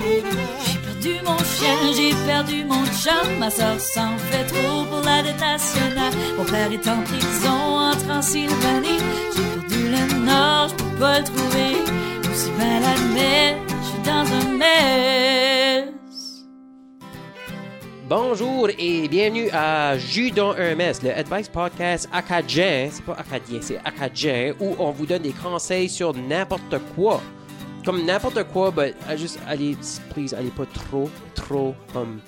J'ai perdu mon chien, j'ai perdu mon chat. Ma soeur s'en fait trop pour la dette nationale. Mon père est en prison en Transylvanie. J'ai perdu le nord, je peux pas le trouver. Je me suis mal à mer, je suis dans un mess. Bonjour et bienvenue à Jus dans un mess, le Advice Podcast acadien. C'est pas acadien, c'est acadien, où on vous donne des conseils sur n'importe quoi. Comme n'importe quoi, mais euh, juste allez, please, allez pas trop, trop comme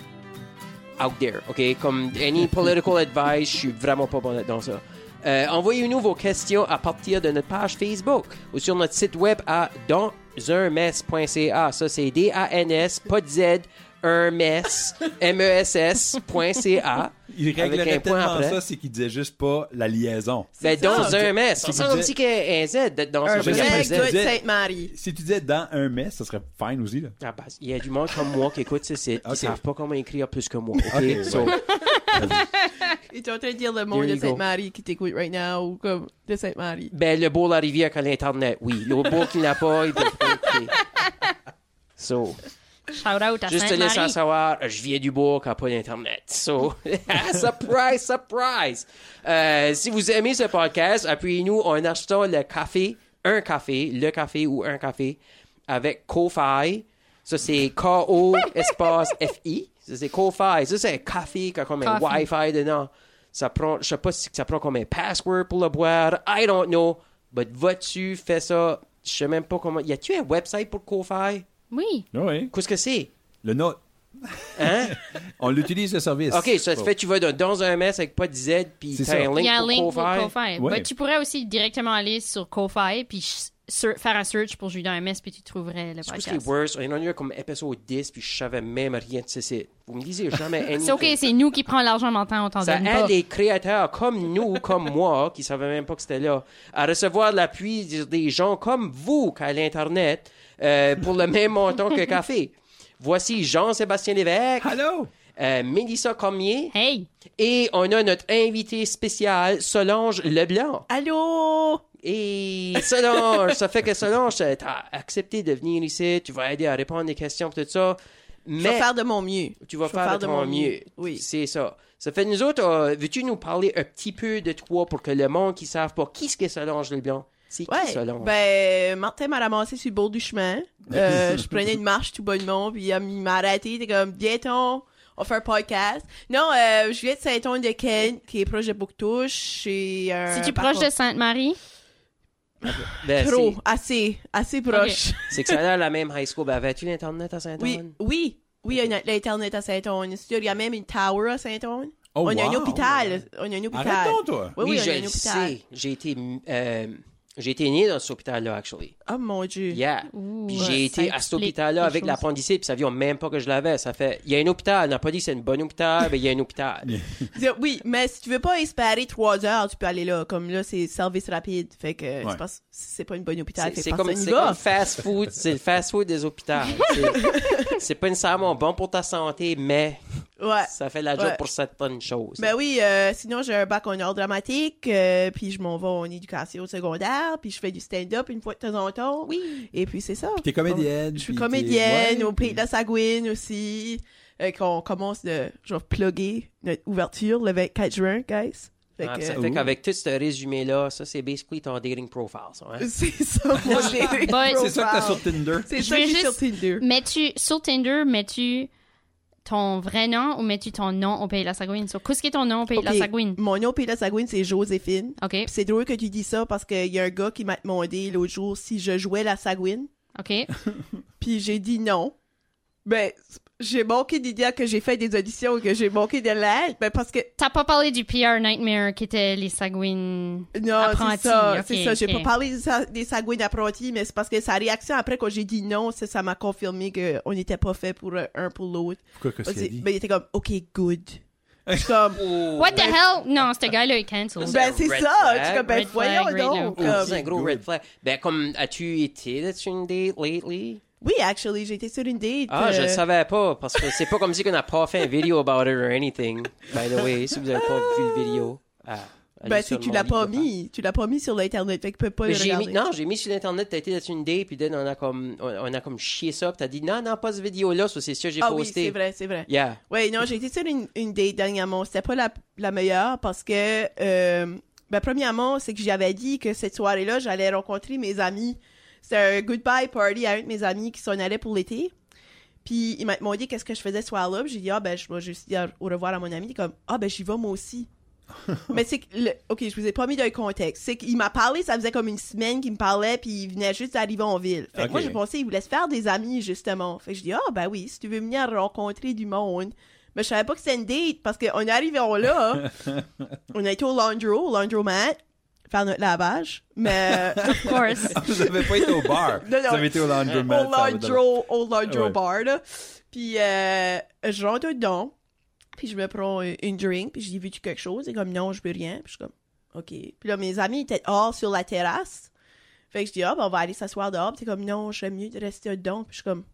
out there, ok? Comme any political advice, je suis vraiment pas bon dans ça. Euh, Envoyez-nous vos questions à partir de notre page Facebook ou sur notre site web à dansunmess.ca. Ça, c'est D-A-N-S, pas de Z, un mess, M-E-S-S.ca. Il Avec réglerait un point tellement après. ça, c'est qu'il disait juste pas la liaison. Ben, ça. dans un mess. Ça C'est ça veut aussi qu'un Z, d'être dans un Un vrai mess. good. gars de Sainte-Marie. Si tu disais dans un mess, ça serait fine aussi. Là. Ah, ben, Il y a du monde comme moi qui écoute ce site, qui Ok. savent pas comment écrire plus que moi. OK? Ok, So, ouais. Et tu es en train de dire le mot There de you go. Sainte-Marie qui t'écoute right now ou comme de Sainte-Marie. Ben, le beau la rivière qu'à l'Internet, oui. Le beau qui n'a pas, il peut pas. ok. So, Shout out à juste te laisse en Sainte-Marie. savoir, euh, je viens du bois qui n'a pas d'Internet. So, surprise, surprise! Euh, si vous aimez ce podcast, appuyez-nous en achetant le café, un café, le café ou un café, avec Ko-Fi. Ça, c'est K-O espace F-I. Ça, c'est Ko-Fi. Ça, c'est un café qui a comme un Coffee. Wi-Fi dedans. Ça prend, je sais pas si ça prend comme un password pour le boire. I don't know. But vas-tu, fais ça. Je sais même pas comment. Y a-tu un website pour Ko-Fi? Oui. Ah Oui. Qu'est-ce que c'est? Le nôtre. Hein? On l'utilise le service. OK, ça Oh. fait tu vas dans, dans un MS avec pas de Z, puis C'est t'as ça. un Il y a un link link pour pour Ko-Fi. Ko-Fi. Ouais. Ben, tu pourrais aussi directement aller sur Ko-Fi puis ch- sur- faire un search pour Judas MS puis tu trouverais le C'est quoi ce qui est podcast. worse? On en a eu comme épisode 10, puis je savais même rien de ce site. Vous me disiez jamais anything. C'est OK, c'est nous qui prenons l'argent maintenant, on t'en Ça donne aide pas. les créateurs comme nous, comme moi, qui savaient même pas que c'était là, à recevoir l'appui des- des gens comme vous qu'à l'Internet euh, pour le même montant que café. Voici Jean-Sébastien Lévesque, Allô? euh, Mélissa Cormier, Hey! et on a notre invité spécial, Solange Leblanc. Allô? Et Solange, ça fait que Solange, euh, t'as accepté de venir ici, tu vas aider à répondre des questions, tout ça. Mais Je vais faire de mon mieux. tu vas je vais faire, de ton mieux. Oui. C'est ça. Ça fait nous autres, euh, veux-tu nous parler un petit peu de toi pour que le monde qui ne savent pas qui ce qu'est Solange Leblanc, c'est qui Ouais. Solange? Ben, Martin m'a ramassé sur le bord du chemin. Euh, je prenais une marche tout bonnement, puis euh, il m'a arrêté. Il était comme, viens-t'en, on fait un podcast. Non, euh, je viens de Saint-Anne-de-Kent, qui est proche de Bouctouche. C'est un- Si Euh, tu es par proche contre, de Sainte-Marie, Ben, Trop, assez, assez proche. C'est c'est que ça a la même high school. Ben, avais-tu l'Internet à saint Oui, oui, oui, il y a l'Internet à Saint-Anne. Il y a même une tower à Saint-Anne. Oh, on a un wow. hôpital. On a un hôpital. Arrête donc, toi. Oui, oui, on je a un le hôpital. sais. J'ai été, euh, j'ai été né dans cet hôpital-là, actually. Oh mon Dieu. Yeah. Ouh, Puis ouais, j'ai ça été à cet explique hôpital-là des avec choses. l'appendicite, puis ça vient même pas que je l'avais. Ça fait, il y a un hôpital, on n'a pas dit que c'est une bonne hôpital, mais il y a un hôpital. C'est- Oui, mais si tu veux pas espérer trois heures, tu peux aller là. Comme là, c'est service rapide. Fait que euh, Ouais. c'est pas, c'est pas une bonne hôpital. C'est Fait c'est que comme, personne y c'est va. comme fast food, c'est le fast food des hôpitaux. C'est- C'est pas nécessairement bon pour ta santé, mais Ouais. ça fait la job Ouais. pour certaines choses. Ben oui, euh, sinon j'ai un bac en art dramatique, euh, puis je m'en vais en éducation secondaire, puis je fais du stand-up une fois de temps en temps. Oui. Et puis c'est ça. T'es comédienne. Je suis puis comédienne t'es- ouais. au Pays de la Sagouine aussi. Euh, qu'on commence de, genre, plugger notre ouverture le 24 juin, guys. Fait Ah, que, ça euh, fait qu'avec tout ce résumé-là, ça c'est basically ton dating profile. Ça, hein? c'est ça, mon dating But- C'est ça que t'as profile. sur Tinder. C'est Je ça que vais j'ai juste- sur Tinder. mets-tu sur Tinder, mets-tu ton vrai nom ou mets-tu ton nom au pays de la Sagouine? So, Qu'est-ce qui est ton nom au pays de la Ok, Sagouine? Mon nom au Pays de la Sagouine, c'est Joséphine. OK, Puis C'est drôle que tu dis ça parce qu'il y a un gars qui m'a demandé l'autre jour si je jouais la Sagouine. OK. Puis j'ai dit non. Ben, j'ai manqué de dire que j'ai fait des auditions et que j'ai manqué de l'aide. Ben, parce que, T'as pas parlé du PR Nightmare qui était les Sagouines. non, c'est Apprenti, ça. ok, c'est ça. J'ai ok. pas parlé de sa- des sagouines apprentis, mais c'est parce que sa réaction après quand j'ai dit non, ça ça m'a confirmé qu'on n'était pas fait pour euh, un pour l'autre. Pourquoi que Parce que- c'est dit? Ben, il était comme, OK, good. Je suis comme, What the hell? Non, ce gars-là est cancel. ben, c'est Oh, Red ça. flag, Je suis comme, ben, red voyons flag, donc. red Oh, Comme- c'est un gros red flag. Ben, comme, as-tu été dans une date lately? oui, actually, j'étais sur une date. Oh, Ah, je euh, le savais pas, parce que c'est pas comme si qu'on n'a pas fait une vidéo about it or anything. By the way, si vous avez pas vu le vidéo, ah, Ben, c'est que tu l'as pas mis. Tu l'as pas mis sur l'Internet. Fait que peut pas le j'ai mis, regarder. non, j'ai mis sur Internet, t'as été dans une idée, puis then on a comme, on, on a comme chié ça, puis t'as dit, non, non, pas ce vidéo-là, ça, c'est ça, j'ai Ah oui, posté. c'est vrai, c'est vrai. Yeah. Oui, non, j'ai été sur une, une date dernièrement. C'était pas la, la meilleure parce que, euh, ben, premièrement, c'est que j'avais dit que cette soirée-là, j'allais rencontrer mes amis. C'était un goodbye party à un de mes amis qui s'en allait pour l'été. Puis il m'a demandé qu'est-ce que je faisais ce soir-là. Puis J'ai dit, ah, ben, je vais juste dire au revoir à mon ami. Il est comme, ah, ben, j'y vais moi aussi. Mais c'est que, le- ok, je vous ai pas mis dans le contexte. C'est qu'il m'a parlé, ça faisait comme une semaine qu'il me parlait, puis il venait juste d'arriver en ville. Fait que Ok. moi, je pensais qu'il voulait se faire des amis, justement. Fait que je dis, ah, ben oui, si tu veux venir rencontrer du monde. Mais je savais pas que c'était une date, parce qu'on est arrivé en là, on a été au landro, au laundromat, faire notre lavage. Mais. Of course. Ah, Vous avez pas été au bar. Non, non. Vous avez été au laundromat. Au ça va donner- Landro, au Landro Ouais. Bar, là. Puis, euh, je rentre dedans, puis je me prends euh, une drink, puis je dis, veux-tu quelque chose? Et comme, non, je veux rien. Puis je suis comme, OK. Puis là, mes amis étaient hors sur la terrasse. Fait que je dis, ah, ben, on va aller s'asseoir dehors. Puis c'est comme, non, j'aime mieux de rester dedans. Puis je suis comme,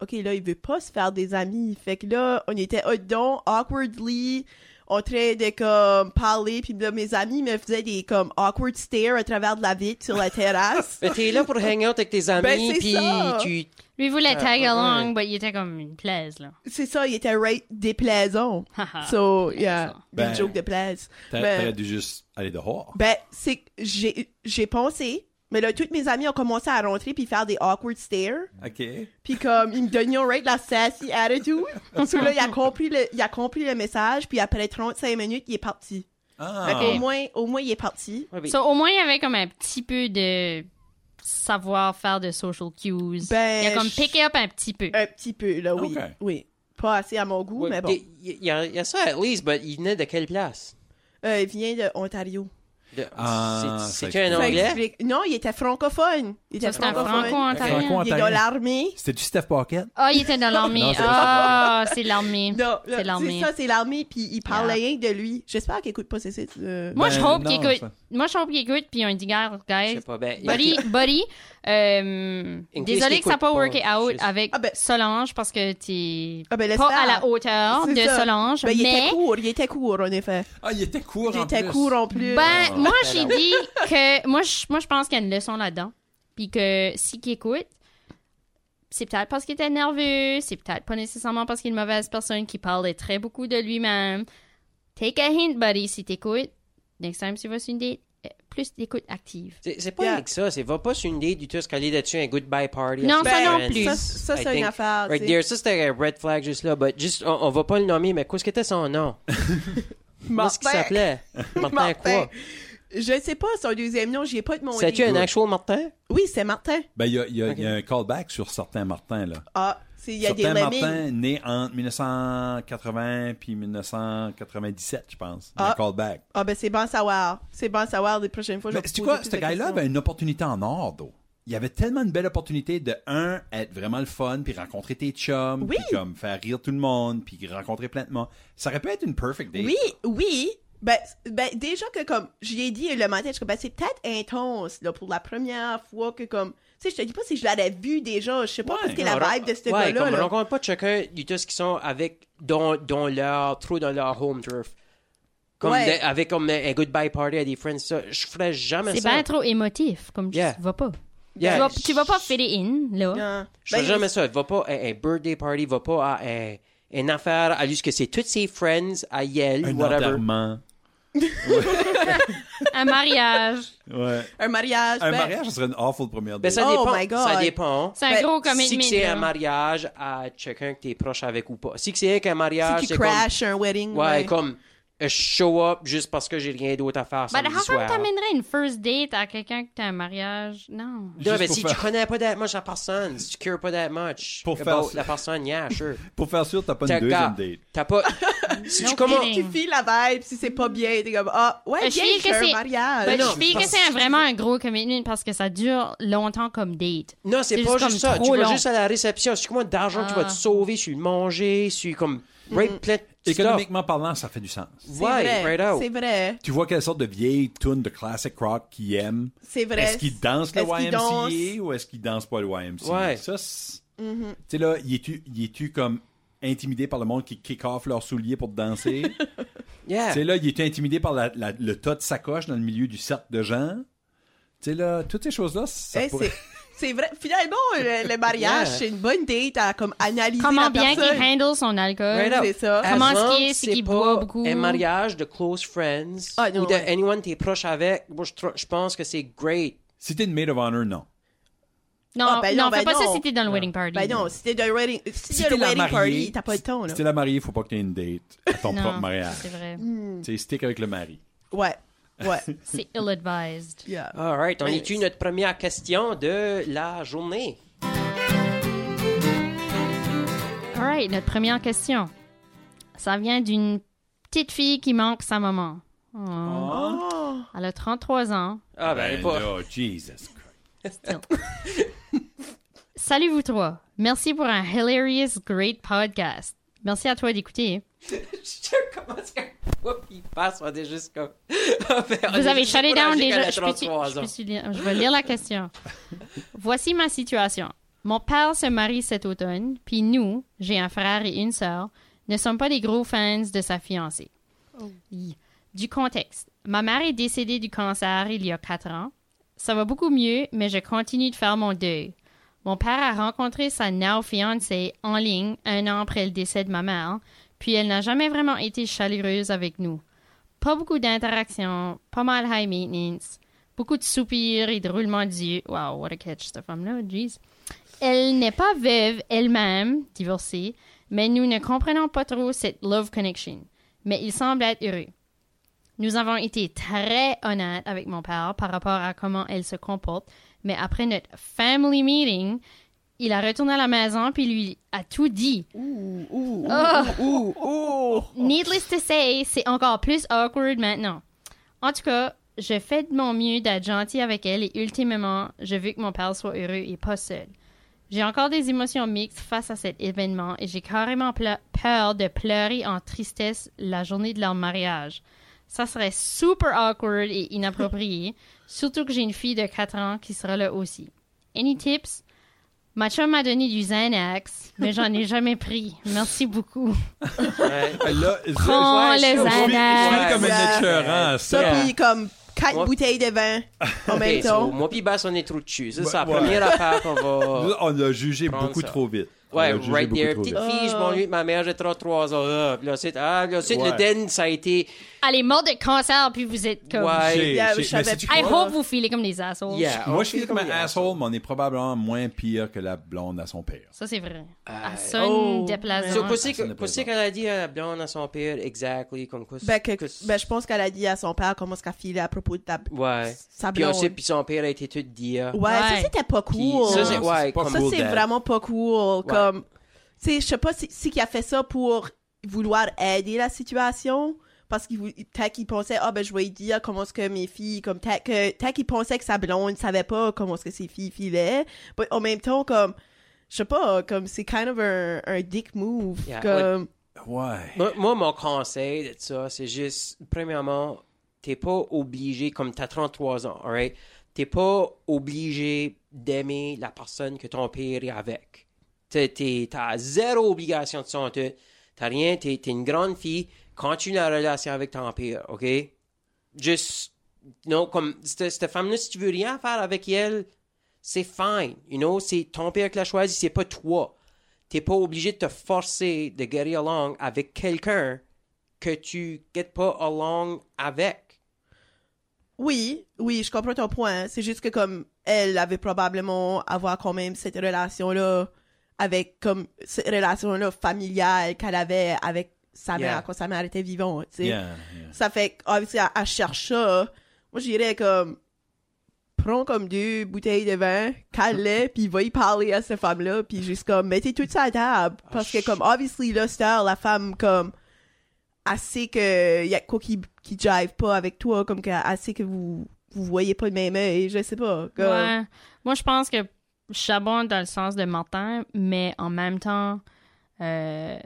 OK, là, il veut pas se faire des amis. Fait que là, on était dedans, awkwardly, en train de, comme, parler. Puis là, mes amis me faisaient des, comme, awkward stares à travers de la vitre sur la terrasse. Mais t'es là pour hang out avec tes amis, Ben, c'est puis ça. tu. Lui voulait Ah, tag ouais. along, mais il était comme une plaise, là. C'est ça, il était right déplaisant. Ah, So, yeah, Ben- des jokes de plaise. T'a- Ben- T'aurais dû juste aller dehors. Ben, c'est que j'ai j'ai pensé, mais là, toutes mes amies ont commencé à rentrer puis faire des awkward stares. OK. Puis comme, ils me donnaient right la sassy attitude. so là, il a compris le, il a compris le message, puis après 35 minutes, il est parti. Ah. Ok. Au moins, au moins, il est parti. Ouais, mais- So, au moins, il y avait comme un petit peu de savoir faire de social cues. Ben, il a comme je- Euh, pick up un petit peu. Un petit peu, là, oui. Ok. Oui. Pas assez à mon goût, ouais, mais bon. t'es- y, y a, y a ça, at least, mais il venait de quelle place? Euh, il vient de Ontario. De- Ah, c'est- ça C'est-tu un Ça anglais? explique- Non, il était francophone. Il était Ça, c'est un francophone. franco-ontarien. Franco- Il est dans l'armée. C'était du Steph Pocket. Ah, il était dans l'armée. Non, c'est- Ah, c'est l'armée. Non, C'est là, l'armée. Ah. c'est ça, c'est l'armée, puis il parle rien que de lui. J'espère qu'il écoute pas ces sites. euh, Moi, je Ben, hope qu'il non, écoute. ça- Moi, je hope qu'il écoute, puis on dit, gars, Je guys, sais pas, ben. il- buddy, buddy, euh, In case désolé que ça n'a t'écoutes pas pas, worké out juste- avec Ah, ben- Solange parce que t'es Ah, ben, laisse pas faire. à la hauteur C'est de ça. Solange, Ben, il était mais court, il était court, en effet. Ah, il était court Il en était plus. court en plus. Ben, Ah. moi, j'ai dit que. Moi, je, moi, je pense qu'il y a une leçon là-dedans. Puis que si qu'il écoute, c'est peut-être parce qu'il était nerveux, c'est peut-être pas nécessairement parce qu'il est une mauvaise personne qui parlait très beaucoup de lui-même. Take a hint, buddy, si t'écoutes. Next time, tu vas sur une date, euh, plus d'écoute active. C'est c'est pas Yeah. avec ça, c'est va pas sur une idée du tout se coller dessus un goodbye party. Non, à ses ça non friends. plus. Ben, Ça, ça, I c'est une think- affaire. Right tu sais. there, ça c'était un red flag juste là, but juste, on, on va pas le nommer, mais qu'est-ce que était son nom? Qu'est-ce qu'il Martin. s'appelait? Martin quoi? Martin. Je sais pas son deuxième nom, j'y ai pas de mon C'est-tu un nom. actual Martin? Oui, c'est Martin. Ben, il y a, il y a- il y a un callback sur certains Martin, là. Ah, c'est- il y a des Certains lemmings. Martin, né entre 1980 puis 1997, je pense. Ah. Un callback. Ah, ben, c'est bon à savoir. C'est bon à savoir. Les prochaines fois, je Mais vais c'est poser quoi, plus ce de gars-là questions. avait une opportunité en or, though. Il avait tellement une belle opportunité de, un, être vraiment le fun, puis rencontrer tes chums, Oui. puis comme faire rire tout le monde, puis rencontrer plein de monde. Ça aurait pu être une perfect date. Oui, oui. Ben, ben, déjà que comme j'y ai dit le matin, je suis comme, ben, c'est peut-être intense là, pour la première fois que comme. Tu sais, je te dis pas si je l'avais vu déjà. Je sais pas Ouais, parce que la vibe de ce Ouais, gars-là. comme on là. rencontre pas chacun du tout ce qui sont avec, dans, dans leur, trop dans leur home turf. Comme Ouais. de- avec comme un, un goodbye party à des friends, ça, je ferais jamais C'est ça. bien trop émotif, comme tu Yeah. vas pas. Yeah. Tu, vas, tu vas pas fit in, là. Non. Je fais Ben, jamais ça. Va pas à un birthday party, va pas à un, une affaire à lui, que c'est toutes ses friends à Yale, Un whatever. enterrement. Un mariage. Ouais. Un mariage. Un ben, mariage, ça serait une awful première Ben, date. ça Oh dépend. my God. Ça dépend. C'est un Ben, gros commitment. Si que c'est là. un mariage à quelqu'un que t'es proche avec ou pas. Si que c'est qu'un mariage, Si tu c'est comme... crashes un wedding. ben, Ouais, comme... Je show up juste parce que j'ai rien d'autre à faire Ben, samedi how come soir. t'amènerais une first date à quelqu'un que t'as un mariage? Non. Non, Juste ben, mais pour si tu faire- connais pas that much la personne, si tu cures pas that much Pour about faire- la personne, yeah, sure. Pour faire sûr, t'as pas T'as une deuxième gars, date. t'as pas... si No tu commences... kidding. Tu files la vibe si c'est pas bien. T'es comme, ah, ouais, Ben, bien, je file que j'ai c'est- un mariage. Ben Mais non, je pense parce- que c'est un- vraiment un gros commitment parce que ça dure longtemps comme date. Non, c'est C'est pas juste juste comme ça. Tu trop vas long. juste à la réception. C'est combien d'argent tu vas te Ah. Mm. sauver sur le manger, sur comme right plein de stuff. Économiquement parlant, ça fait du sens. C'est Ouais, vrai, right out. C'est vrai. Tu vois quelle sorte de vieille tune de classic rock qu'il aime. C'est vrai. Est-ce qu'il danse le Est-ce qu'il YMCA danse? Mm-hmm. ou est-ce qu'il danse pas le YMCA? Ouais. Ça, c'est- tu sais, là, il est-tu, il est-tu comme intimidé par le monde qui kick off leurs souliers pour danser? Yeah. Tu sais, là, il était intimidé par la- la- le tas de sacoches dans le milieu du cercle de gens. Tu sais, là, toutes ces choses-là, ça Hey, pourrait- Eh, c'est- C'est vrai. Finalement, le, le mariage, Yeah. c'est une bonne date à comme analyser Comment la bien qu'il personne. handle son alcool. Right up. C'est ça. As Comment long ce qui est, c'est qu'il pas boit beaucoup. Un mariage de close friends Ah, non, ou de ouais. anyone t'es proche avec, moi je, tr- je pense que c'est great. Si t'es une maid of honor, non. Non, Ah, ben non, non, fais ben pas ça non. si t'es dans le wedding party. Ben non, si t'es dans le wedding, si Si t'es t'es le la wedding mariée, party, t'as pas le temps, là. Si t'es la mariée, faut pas que t'aies une date à ton Non, propre mariage. C'est vrai. Mm. Mm. Tu sais, stick avec le mari. Ouais. Ouais. C'est ill-advised. yeah. All right, on Mais- est-tu notre première question de la journée? All right, notre première question. Ça vient d'une petite fille qui manque sa maman. Oh. Oh. Elle a 33 ans. Ah ben, Ben pas. là, Jesus Christ. Salut vous trois. Merci pour un hilarious great podcast. Merci à toi d'écouter. Je commence qu'un whoop, il passe, on est juste comme. Vous Vous avez shut it down déjà. Je, peux-tu- je peux-tu lire- je vais lire la question. Voici ma situation. Mon père se marie cet automne, puis nous, j'ai un frère et une sœur, ne sommes pas des gros fans de sa fiancée. Hi. Du contexte. Ma mère est décédée du cancer il y a quatre ans. Ça va beaucoup mieux, mais je continue de faire mon deuil. Mon père a rencontré sa now fiancée en ligne un an après le décès de ma mère, puis elle n'a jamais vraiment été chaleureuse avec nous pas beaucoup d'interactions, pas mal high maintenance, beaucoup de soupirs et de roulements d'yeux. Wow, what a catch, cette femme-là, jeez. Elle n'est pas veuve elle-même, divorcée, mais nous ne comprenons pas trop cette love connection. Mais il semble être heureux. Nous avons été très honnêtes avec mon père par rapport à comment elle se comporte, mais après notre family meeting, il a retourné à la maison puis lui a tout dit. Ouh, ouh. Needless to say, c'est encore plus awkward maintenant. En tout cas, je fais de mon mieux d'être gentil avec elle et ultimement, je veux que mon père soit heureux et pas seul. J'ai encore des émotions mixtes face à cet événement et j'ai carrément ple- peur de pleurer en tristesse la journée de leur mariage. Ça serait super awkward et inapproprié, surtout que j'ai une fille de 4 ans qui sera là aussi. Any tips? Ma chum m'a donné du Xanax, mais j'en ai jamais pris. Merci beaucoup. Ben là, je- Prends Ouais, le je- je- je suis- je suis Xanax. comme un Ouais. écœurant, ça. Ça, Yeah. puis comme quatre Moi- bouteilles de vin en même Ok, so, temps. moi pis Bass, on est trop dessus. C'est ça, la Ouais. première affaire qu'on va. Là, on l'a jugé Prends beaucoup ça. trop vite. On Ouais, l'a jugé right beaucoup there. trop Petite vite. Oh. fille, je m'ennuie de ma mère, j'ai 33 ans. Ah, puis là, c'est. Ah, là, c'est le Ouais. den, ça a été. Elle est morte de cancer, puis vous êtes comme. Ouais. J'ai- j'ai- Yeah, je mais savais sais-tu pas. I quoi? hope vous filez comme des assholes. Yeah. Ah, Moi, je suis comme un Yeah. asshole, mais on est probablement moins pire que la blonde à son père. Ça, c'est vrai. Ah, Elle sonne oh. déplaçante. So, qu'est-ce Personne que- ne qu'est-ce présente. qu'elle a dit à la blonde à son père, exactly, comme quoi. Ben, que- ben, je pense qu'elle a dit à son père comment ce qu'elle filait à propos de ta, Ouais. sa Puis on blonde. sait, puis son père a été tout ah. dire. ouais, Ouais. ça, c'était pas Puis cool. ça, c'est- Non, ouais, Ah, pas comme- Ça, cool, c'est Dad. vraiment pas cool. Comme, tu sais, je sais pas si, si qu'il a fait ça pour vouloir aider la situation. Parce qu'il vou- peut-être qu'il pensait, ah ben je vais lui dire comment est-ce que mes filles, comme peut-être que- peut-être qu'il pensait que sa blonde savait pas comment est-ce que ses filles filaient. Mais en même temps, comme, je sais pas, comme c'est kind of un, un dick move. Yeah, comme, Ouais. Moi, moi, mon conseil de ça, c'est juste, premièrement, t'es pas obligé, comme t'as 33 ans, alright? T'es pas obligé d'aimer la personne que ton père est avec. T'es- t'es- T'as zéro obligation de son tu T'as rien, t'es t'es une grande fille. Continue la relation avec ton père, ok? Juste, non, comme, cette cette femme-là, si tu veux rien faire avec elle, c'est fine, you know? C'est ton père qui l'a choisi, c'est pas toi t'es pas obligé de te forcer de get along avec quelqu'un que tu get pas along avec. oui, oui, je comprends ton point. hein. C'est juste que comme, elle avait probablement avoir quand même cette relation-là avec, comme, cette relation-là familiale qu'elle avait avec sa Yeah. mère quand sa mère était vivante, tu sais. Yeah, yeah. Ça fait que, ah, tu sais, à, à chercher ça, moi, je dirais comme, prends comme deux bouteilles de vin, cale-les, puis va y parler à cette femme-là, puis juste comme, mettez tout ça à table. Parce que, je- comme, obviously, là, cette heure, la femme, comme, elle sait que y a quoi qui, qui jive pas avec toi, comme qu'elle elle sait que vous, vous voyez pas le même œil, je sais pas. Comme, Ouais. Moi, je pense que je charbonne dans le sens de Martin, mais en même temps, euh,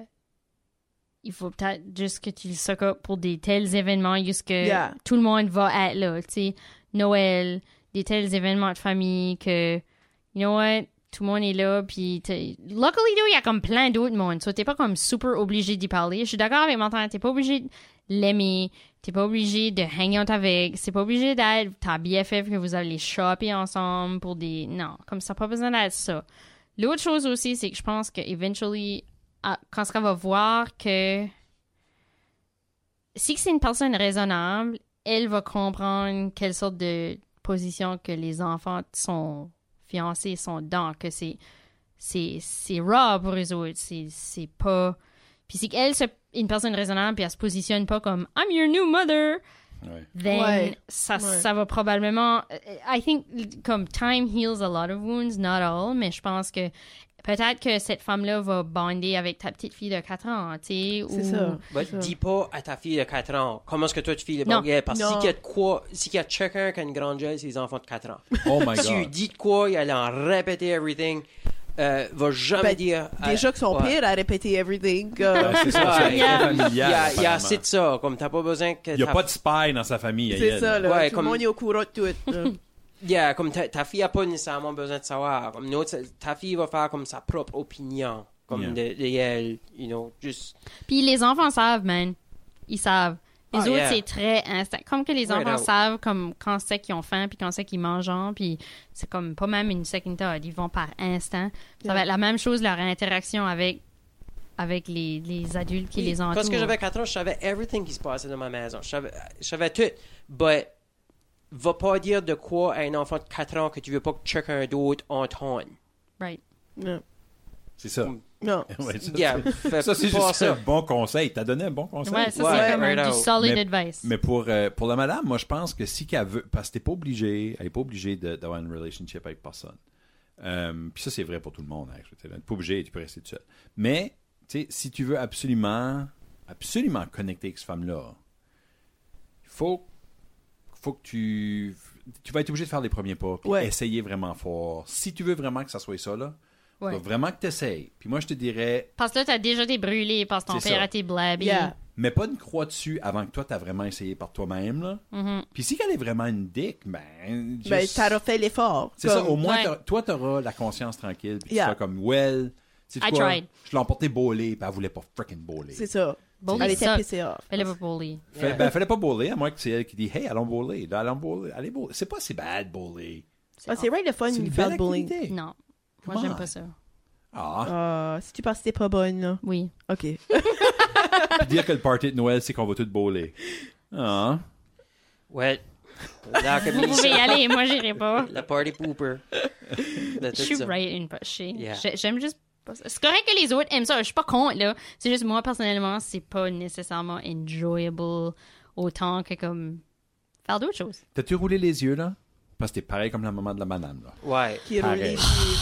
il faut peut-être juste que tu le sock up pour des tels événements jusque Yeah. tout le monde va être là. Tu sais, Noël, des tels événements de famille que, you know what, tout le monde est là. Puis, t'es- luckily, though, il y a comme plein d'autres monde. So, t'es pas comme super obligé d'y parler. Je suis d'accord avec Martin, t'es pas obligé l'aimer. T'es pas obligé de hang out avec. C'est pas obligé d'être ta BFF que vous allez shopper ensemble pour des. Non, comme ça, pas besoin d'être ça. L'autre chose aussi, c'est que je pense que eventually, à- Ah, quand ça va voir que si que c'est une personne raisonnable, elle va comprendre quelle sorte de position que les enfants sont fiancés sont dans, que c'est c'est c'est raw pour eux autres, c'est c'est pas puis c'est qu'elle c'est une personne raisonnable puis elle se positionne pas comme I'm your new mother. Ouais. Then Ouais. ça Ouais. ça va probablement euh, I think comme time heals a lot of wounds, not all, mais je pense que peut-être que cette femme-là va bonder avec ta petite fille de 4 ans, tu sais C'est ou- ça. Bah, ça. dis pas à ta fille de 4 ans comment est-ce que toi tu fais les Non. baguettes. Parce que Non. s'il y a de quoi, s'il y a quelqu'un qui a une grande gueule, c'est les enfants de 4 ans. Oh my Si tu god. dis de quoi, il allait en répéter everything. Euh, va jamais Ben, dire. à- Déjà que sont ouais. pires à répéter everything. euh, Ouais, c'est ça, c'est Ouais. très familial, Il y a, il y a apparemment. assez de ça. Comme t'as pas besoin que. Il n'y a ta- pas de spy dans sa famille. c'est Yael. ça, là. Ouais, Tout comme- le monde est au courant de tout. là. Yeah, comme ta, ta fille a pas nécessairement besoin de savoir. Comme nous, ta- ta fille va faire comme sa propre opinion. Comme Yeah. de, de elle, you know, juste. Puis les enfants savent, man. Ils savent. Les Ah, autres, yeah. c'est très instant. Comme que les Right enfants out. savent comme quand c'est qu'ils ont faim, puis quand c'est qu'ils mangent, genre, puis c'est comme pas même une second thought. Ils vont par instinct. Ça va Yeah. être la même chose, leur interaction avec, avec les, les adultes qui les entourent. Parce que j'avais 4 ans, je savais everything qui se passait dans ma maison. Je savais, je savais tout. But, va pas dire de quoi à un enfant de 4 ans que tu veux pas que quelqu'un d'autre entende. Right. Non. C'est ça. Non. Ouais, ça, Mm. Yeah, c'est- fais ça, c'est pas juste ça. un bon conseil. T'as donné un bon conseil. Ouais, ça, Ouais, c'est comme right du out. solid Mais- advice. Mais pour, euh, pour la madame, moi, je pense que si qu'elle veut, parce que t'es pas obligé, elle est pas obligée de- d'avoir une relationship avec personne. Euh, Puis ça, c'est vrai pour tout le monde. hein, je veux dire, t'es pas obligé, tu peux rester tout seul. Mais, tu sais, si tu veux absolument, absolument connecter avec cette femme-là, il faut, faut que tu. Tu vas être obligé de faire les premiers pas, puis Ouais. essayer vraiment fort. Si tu veux vraiment que ça soit ça, là, Ouais. faut vraiment que tu essayes. Puis moi, je te dirais, Parce que là, t'as déjà été brûlé, parce que ton C'est père ça. a été blabby. Yeah. mais pas une croix dessus avant que toi, t'as vraiment essayé par toi-même, là. Mhm. Puis si qu'elle est vraiment une dick, ben. Ben, juste- t'as refait l'effort. C'est Comme- ça, au moins, Ouais. t'auras- toi, t'auras la conscience tranquille. Puis tu Yeah. seras comme, well, tu sais I quoi? tried. Je l'ai emporté bowler, puis elle voulait pas freaking bowler. C'est ça. Bully Elle était sucks. pissée off. Fais-le pas pour lui. Fait- ben, fallait pas bowler, à moins que c'est elle qui dit, hey, allons bowler. Là, allons bowler. Allez bowler. C'est pas si bad bowler. Ah, c'est vrai le fun, C'est une il belle fait bullying. activité. Non. Moi, Come j'aime on. pas ça. Ah, Ah, si tu penses que t'es pas bonne, là. Oui. OK. puis dire que le party de Noël, c'est qu'on va tous bowler. Ah. Ouais. Là, comme Vous il dit pouvez ça, y aller, moi, j'irai pas. La party pooper. De tout Je suis ça. right une pochée. Yeah. J'ai- J'aime juste pas ça. C'est correct que les autres aiment ça. Je suis pas contre, là. C'est juste moi, personnellement, c'est pas nécessairement enjoyable autant que comme faire d'autres choses. T'as-tu roulé les yeux, là? Parce que t'es pareil comme la maman de la madame, là. Ouais. Qui roule Pareil. les yeux.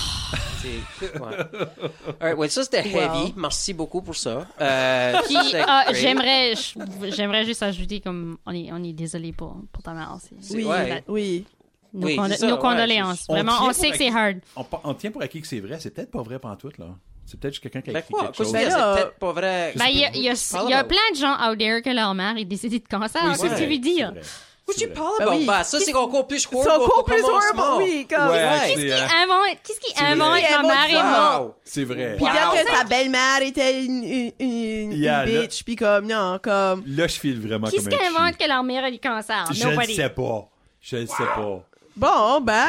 C'est- ouais. Alright, ouais, ça c'était heavy. Merci beaucoup pour ça. Euh, Puis, c'était ah, great. j'aimerais, je- j'aimerais juste ajouter comme on est, on est désolé pour, pour ta mère. c'est- Oui, Bah, ouais. oui. Nos, Oui, condo- c'est ça, nos ouais, condoléances. c'est- on Vraiment, tient on, pour sait que la- c'est hard. On, pa- on tient pour acquis que c'est vrai. C'est peut-être pas vrai pantoute, là. C'est peut-être juste quelqu'un qui a Ben écrit quoi? quelque chose. Qu'est-ce qu'il y a? Ben là, C'est peut-être pas vrai. Ben, il y a, il y a- Parle il y a about- plein de gens out there que leur mère est décédée de cancer. Oui, Qu'est-ce que tu vrai, veux dire? c'est vrai. What you C'est parle Ben about? oui. Ben, ça, c'est encore plus horrible. Son cours plus au commencement. horrible, oui, comme... Ouais, Ouais. c'est, Qui euh, invente, qu'est-ce qui vrai. invente Il que ma invente mère est ça. morte? Wow. c'est vrai. Puis dire Wow. que sa belle-mère était une, une, une, une Yeah, là- bitch, puis comme, non, comme... Là, je file vraiment Qu'est-ce comme un qu'elle invente chi. que leur mère a du cancer? Je ne Nobody. sais pas. Je ne sais pas. Bon, ben...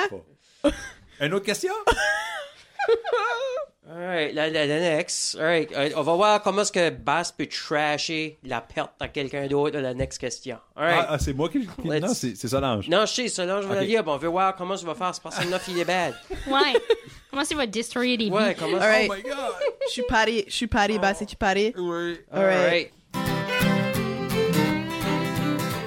Une autre question? Alright, la, la, la next. Alright, alright, on va voir comment est-ce que Bass peut trasher la perte à quelqu'un d'autre à la next question. Alright. Ah, ah, c'est moi qui... qui- Let's- Non, c'est c'est Solange. Non, je sais, ça, là, je vais Ok. la lire. Bon, on veut voir comment je vais faire cette personne-là il est bad. Ouais. Comment c'est votre destroyer des Ouais, comment All right. Oh my God! Je suis paré, je suis paré, bah, c'est tu paré. Oui. All right.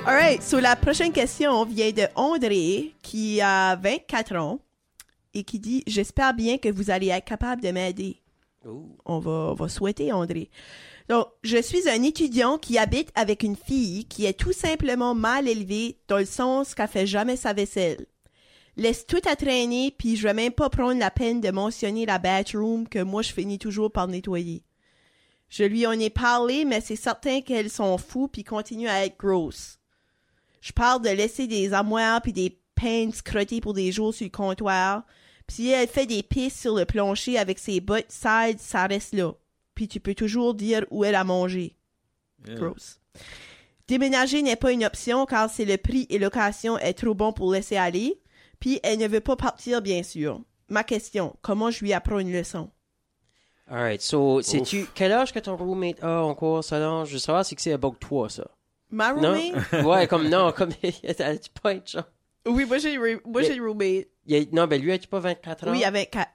All right, so la prochaine question vient de André, qui a 24 ans, et qui dit « J'espère bien que vous allez être capable de m'aider. » Ooh. on va, on va souhaiter, André. Donc, je suis un étudiant qui habite avec une fille qui est tout simplement mal élevée dans le sens qu'elle fait jamais sa vaisselle. Laisse tout à traîner, puis je vais même pas prendre la peine de mentionner la bathroom que moi je finis toujours par nettoyer. Je lui en ai parlé, mais c'est certain qu'elle s'en fout puis continue à être grosse. Je parle de laisser des armoires puis des peines crottées pour des jours sur le comptoir. Puis si elle fait des pistes sur le plancher avec ses bottes side, ça reste là. Puis tu peux toujours dire où elle a mangé. Gross. Déménager n'est pas une option car c'est le prix et location est trop bon pour laisser aller. Puis elle ne veut pas partir, bien sûr. Ma question, comment je lui apprends une leçon? Alright, so, sais-tu quel âge que ton roommate a encore, Solange? Je veux savoir si que c'est about toi, ça. Ma Non? roommate? ouais, comme non, comme. As-tu pas être genre. Oui, moi j'ai re- moi, Mais- j'ai une roommate. Il a- Non, ben lui, as-tu pas 24 ans? Oui, avec... quatre-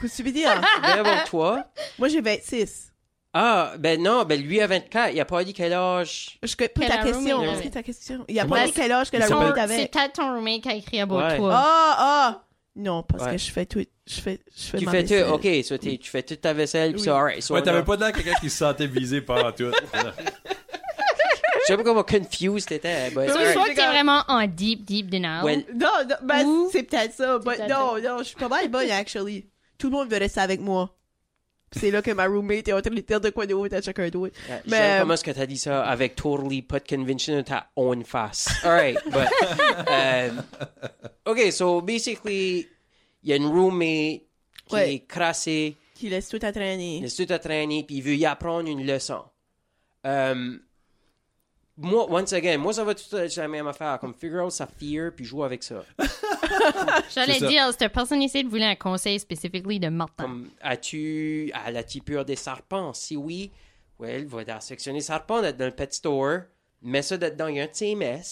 Qu'est-ce que tu veux dire? Ben, about toi. moi j'ai 26. Ah, ben non, ben lui a 24. Il a pas dit quel âge. Je connais pas Quelle ta question. roommate Est-ce que avec? ta question? Il y a Comment- pas dit quel âge que la Ils sont- roommate Ton- C'est avait. peut-être ton roommate qui a écrit about Ouais. toi. Ah, ah! Non, parce Ouais. que je fais tout. Je fais, je fais Tu ma fais vaisselle. tout, ok, so t'es- tu fais toute ta vaisselle, pis Oui. ça, alright. so Ouais, on t'avais a- pas de l'air quelqu'un qui se sentait visé par tout. Je sais pas comment confused t'étais, but- Euh, So, Ouais. soit que t'es vraiment en deep, deep denial. Ouais. Non, non ben, Ou- c'est peut-être ça. but peut-être non, non, je suis pas mal bonne, actually. Tout le monde veut rester avec moi. Puis C'est là que ma roommate est en train de dire de quoi de haut à chacun d'autre. Ouais, Mais- euh, J'aime comment est-ce que t'as dit ça avec totally pas de convention dans ta own face. Alright, but. um, ok, so basically, il y a une roommate qui Ouais. est crassée, Qui laisse tout à traîner. il est tout à traîner, puis il veut y apprendre une leçon. Um, moi, once again, moi, ça va tout à la même affaire. Comme figure out sa fear, puis joue avec ça. J'allais C'est ça. dire, cette personne ici voulait un conseil spécifiquement de Martin. Comme, as-tu à la tipure des serpents? Si oui, well, va dans la section des serpents dans dans le pet store. Mets ça dedans, il y a un petit MS.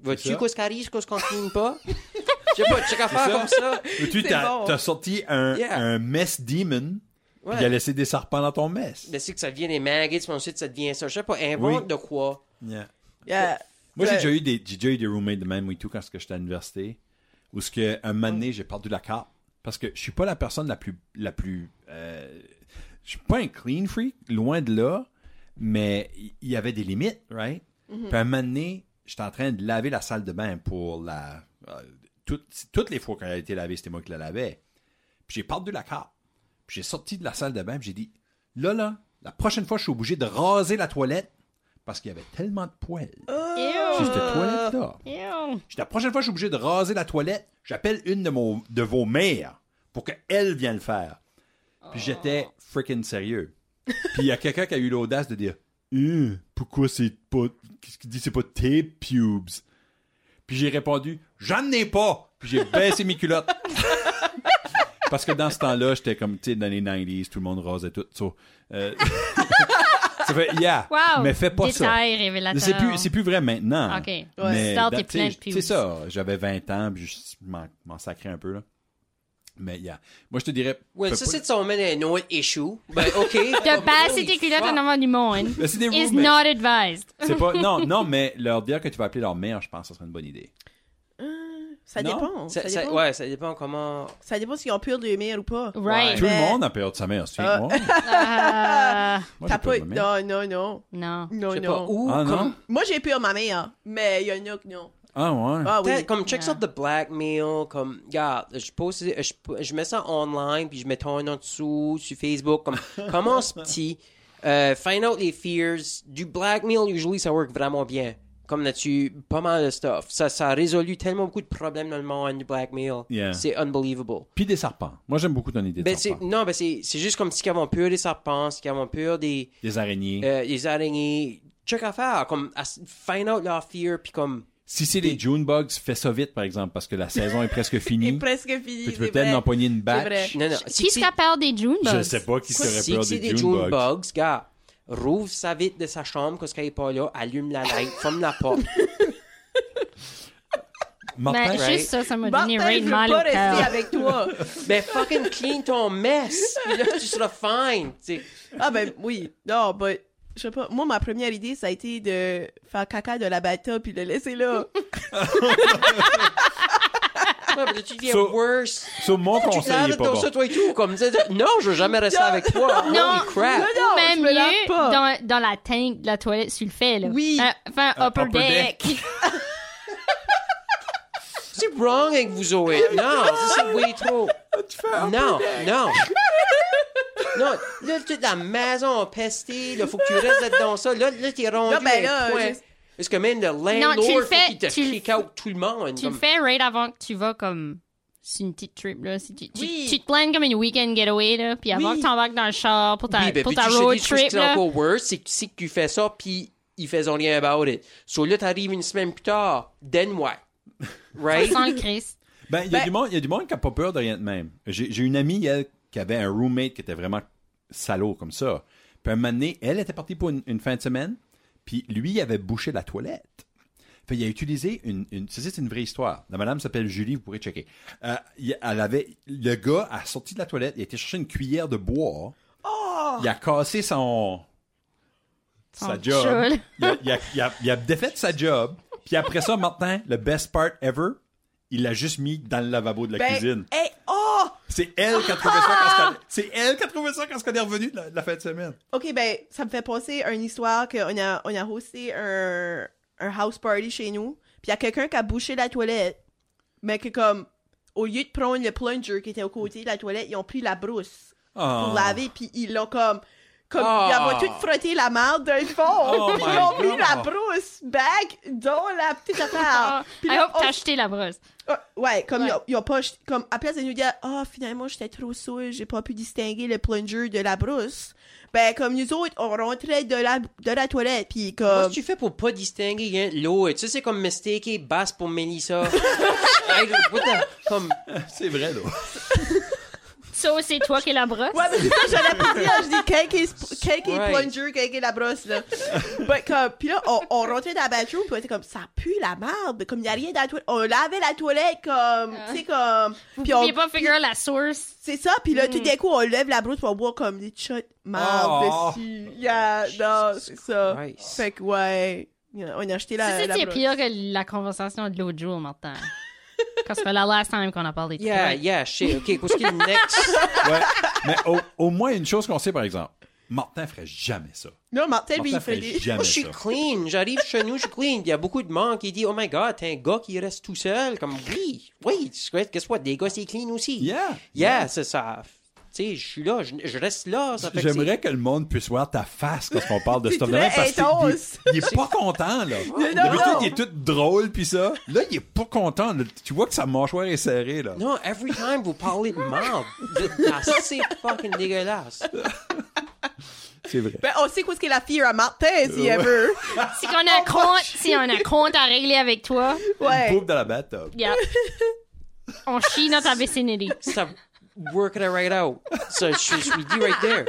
C'est Vas-tu ça. qu'est-ce qui arrive, qu'est-ce qu'on cligne pas? Je sais pas, check à faire ça. comme ça. tu C'est t'as bon. t'as sorti un, Yeah. un mess demon, puis il a Ouais. laissé des serpents dans ton mess. Mais c'est que ça devient des maggots, puis ensuite ça devient ça. Je sais pas, invente Oui. de quoi. Yeah. Yeah. Moi, Ouais. j'ai déjà eu des, j'ai déjà eu des roommates de même et tout quand j'étais à l'université, où ce que un moment donné, j'ai perdu la carte parce que je suis pas la personne la plus, la plus, euh, je suis pas un clean freak, loin de là, mais il y, avait des limites, right? Puis un moment donné, j'étais en train de laver la salle de bain pour la, euh, toutes- toutes les fois qu'elle a été lavée, c'était moi qui la lavais. Puis j'ai perdu la carte. Puis j'ai sorti de la salle de bain, puis j'ai dit, là, là, la prochaine fois, je suis obligé de raser la toilette parce qu'il y avait tellement de poils Ew. sur cette toilette-là. Ew. Je dis, La prochaine fois, je suis obligé de raser la toilette. J'appelle une de, mon- de vos mères pour qu'elle vienne le faire. Ah. Puis j'étais freaking sérieux. Puis il y a quelqu'un qui a eu l'audace de dire Euh, Pourquoi c'est pas. Qu'est-ce qu'il dit C'est pas tes pubes. Puis j'ai répondu J'en ai pas. Puis j'ai baissé mes culottes. Parce que dans ce temps-là, j'étais comme, tu sais, dans les 90s, tout le monde rasait tout. So, euh, ça fait, yeah. Wow. mais fais pas ça. Détail révélateur. C'est plus, c'est plus vrai maintenant. Ok. Ouais. Mais Star, dans- t'es t'sais, plein de pubes. C'est ça. J'avais 20 ans, puis je m'en- m'en sacrais un peu, là. Mais, yeah. Moi, je te dirais. Well, fais ça, pas- c'est de son man un autre issue. Ben, ok. De passer tes culottes en avant du monde Mais c'est des is roommates. not advised. C'est pas. Non, non, mais leur dire que tu vas appeler leur mère, je pense que ça serait une bonne idée. Ça Non, dépend. Ça, Ça- ça- dépend. ouais, ça dépend comment. Ça dépend s'ils ont peur de mire ou pas. Right. Tout Mais- le monde a peur de sa mère, tu sais. Ah. Moi, Ah, moi, j'ai T'as peur pas. de ma mère. Non, non, non. Oh non. Je Non, sais pas non. où. Ah, non? comme- Moi j'ai peur de ma mère, mais il y en a que non. Ah, ouais. Ah oui. Peut-être, Comme check Ouais. out the blackmail, comme regarde, je pose, je, je mets ça online puis je mets ton nom dessous sur Facebook, comme commence petit, euh, find out les fears du blackmail. Usually ça work vraiment bien, comme là-dessus pas mal de stuff. Ça, ça a résolu tellement beaucoup de problèmes dans le monde du blackmail. Yeah. C'est unbelievable. Puis des serpents. Moi, j'aime beaucoup ton idée de Ben c'est serpents. non, ben c'est c'est juste comme si qu'ils avaient peur des serpents, si qu'ils avaient peur des Des araignées. euh, des araignées. Check à faire, comme à- find out leur fear puis comme si c'est des June bugs, fais ça vite, par exemple, parce que la saison est presque C'est finie. presque fini. Puis tu c'est peux peut-être vrai. en pogner une batch. vrai. non non. si- Qui si- se rappelle des Junebugs? Je sais pas qui serait Si peur c'est des, des June June bugs. Bugs, gars, rouvre ça vite de sa chambre parce qu'elle est pas là, allume la light, ferme la porte. Ben, Martin, Right. juste ça, ça m'a Martin, donné ben, je rain veux mal pas au rester cœur. avec toi. Ben fucking clean ton mess, puis là tu seras fine. tu sais. Ah ben oui, non, but, je sais pas, moi ma première idée ça a été de faire caca de la bata puis le laisser là. Ouais, ben, tu deviens So- worse. sur Tu mon te laves conseil, est pas dans bon. ça toi et tout comme tu sais, non, je veux jamais rester avec toi. Non. Holy crap. Non, non, Ou même je me lave mieux, pas. dans, dans la tank de la toilette, tu le fais, là. Oui. Euh, Enfin, Un upper, upper deck. deck. C'est wrong avec vous Zoé. Non, ça, c'est way trop. Non, non. Non, là, toute la maison pestée, là, faut que tu restes là-dedans ça. Là, là t'es rendu. Non, ben à là, un point. juste- Parce que même le landlord, tu le faut fais, qu'il te tu le- kick out tout le monde. tu le comme- fais right avant que tu vas comme. C'est une petite trip, là. Si tu, tu, Oui. tu te planes comme une weekend getaway, là. Puis avant Oui. que t'embarques dans le char pour ta, Oui, ben, pour puis ta je te road dis, ce qui trip, est là. encore worse, c'est que tu sais que tu fais ça, puis ils faisaient rien about it. So là, t'arrives une semaine plus tard, then what? Right? Sans le Christ. Ben, il y, a Ben- du monde- il y a du monde qui n'a pas peur de rien de même. J'ai j'ai une amie, elle, qui avait un roommate qui était vraiment salaud comme ça. Puis un moment donné, elle était partie pour une, une fin de semaine, puis lui, il avait bouché la toilette. Puis il a utilisé une... une ça, c'est une vraie histoire. La madame s'appelle Julie, vous pourrez checker. Euh, il- elle avait... Le gars a sorti de la toilette, il a été chercher une cuillère de bois. Il a cassé son... sa Son job. chul. Il a, il a- il a- il a défait sa job. Puis après ça, maintenant, le best part ever, il l'a juste mis dans le lavabo de la Ben, Ah! cuisine. hey, oh! C'est elle qui a trouvé ça quand qu'on- c'est elle qui a trouvé ça quand on est revenu de la, de la fin de semaine. OK, ben, ça me fait penser à une histoire qu'on a, on a hosté un, un house party chez nous. Puis il y a quelqu'un qui a bouché la toilette. Mais que, comme, au lieu de prendre le plunger qui était au côté de la toilette, ils ont pris la brousse pour Ah. Oh. laver. Puis ils l'ont, comme, comme Ah. ils avaient tout frotté la merde d'un fond. Oh puis my ils ont mis God. la brousse back dans la petite affaire. Ah, Puis I là, hope on- t'as acheté la brosse. ah, ouais, comme Ouais. ils ont- ils ont pas, jeté- comme à place de nous dire, ah finalement j'étais trop saoul, j'ai pas pu distinguer le plunger de la brousse. Ben comme nous autres, on rentrait de la de la toilette puis Comment comme. tu fais pour pas distinguer hein, l'un de l'autre? Ça, c'est comme mistake et basse pour Melissa. Hey, what the- comme, C'est vrai, là. So, c'est toi qui es la brosse? Ouais, mais c'est ça, j'allais pas dire, je dis quel qui est sp- quel qui est Ouais. plunger, quel qui est la brosse là. ben comme, puis là on, on rentrait dans la bathroom, puis on était comme ça pue la merde, comme y a rien dans la toilette, on lavait la toilette comme, tu sais comme. Puis on J'ai pas Mm. figuré la source. C'est ça, puis là, tout d'un coup, on lève la brousse, puis on voit comme des shots Oh. marre dessus. Yeah, non, c'est ça. Christ. Fait que, ouais, yeah, on a acheté la, Ça, Euh, la c'est brousse. pire que la conversation de l'autre jour, Martin. Quand c'est la last time qu'on a parlé de yeah, toi. yeah, shit. OK, qu'est-ce qu'il y a de next? Ouais. Mais au, au moins, une chose qu'on sait, par exemple, Martin ferait jamais ça. Non, Martin, lui, Oh, Martin il fait ferait des... jamais Moi, je suis ça. clean. J'arrive chez nous, je suis clean. Il y a beaucoup de monde qui dit, oh my god, t'es un gars qui reste tout seul. Comme, oui, oui, qu'est-ce que des gars, c'est clean aussi. Yeah. Yeah, c'est ça. Tu sais, je suis là, je, je reste là. Ça fait que J'aimerais que le monde puisse voir ta face quand on parle de C'est ce très parce qu'il intense. il, il est pas content, là. non, D'habitude, non. il est tout drôle, puis ça. Là, il est pas content. là. Tu vois que sa mâchoire est serrée, là. c'est- Non, every time vous parlez de marde, de- ah, c'est fucking dégueulasse. C'est vrai. Ben, on sait quoi ce qu'est la fear à Martin, si elle veut. Si on a un compte, si on a un compte à régler avec toi, Une Ouais. Poupe dans la bathtub. yeah. On chie dans ta vicinity. Ça working it right out. Ça, je je suis dit right there.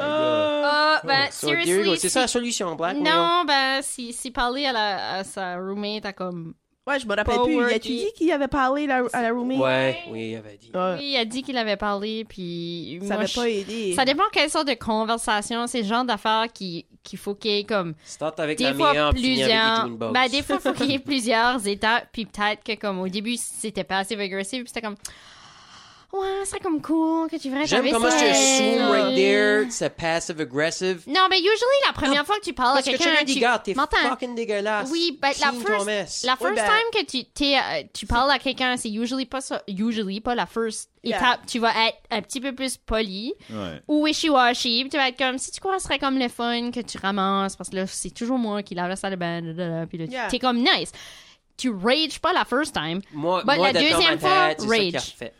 Oh, ben, So, there you go. seriously. C'est si- ça la solution, Black. Widow. Non, ben, si, si parler à, la, à sa roommate, à comme. Ouais, je me rappelle Pas plus. worthy. Y'a-tu dit qu'il avait parlé la- à la roomie? Ouais, oui, il avait dit. Ouais. Oui, il a dit qu'il avait parlé, puis. Ça moi, m'a je- pas aidé. Ça dépend quelle sorte de conversation, c'est le genre d'affaires qui- qu'il faut qu'il y ait comme. Start avec Des la fois meilleure, puis finis avec plusieurs. les Box. Ben, des fois, faut qu'il y ait plusieurs étapes. Puis peut-être que, comme au début, c'était passif agressif. Puis c'était comme. Ouais, c'est comme cool que tu viennes J'aime comment je ça. te assume right there, c'est passive aggressive. Non, mais usually, la première fois que tu parles Parce à que Oh, quelqu'un. tu dis, tu- gars, t'es Martin, fucking dégueulasse. Oui, ben, la Clean ton first, mess. la first ben- time que tu, t'es, euh, tu parles à quelqu'un, c'est usually pas ça, usually pas la first Yeah. étape. Tu vas être un petit peu plus poli. Ouais. ou wishy-washy. puis Tu vas être comme, si tu crois, ce serait comme le fun que tu ramasses, parce que là, c'est toujours moi qui lave la salle de bain, dadada, puis là, tu- Yeah. t'es comme nice. Tu rage pas la first time. Moi, Bah, moi la d'être dans deuxième ma fois, tête, c'est ça qu'il a rage. fait.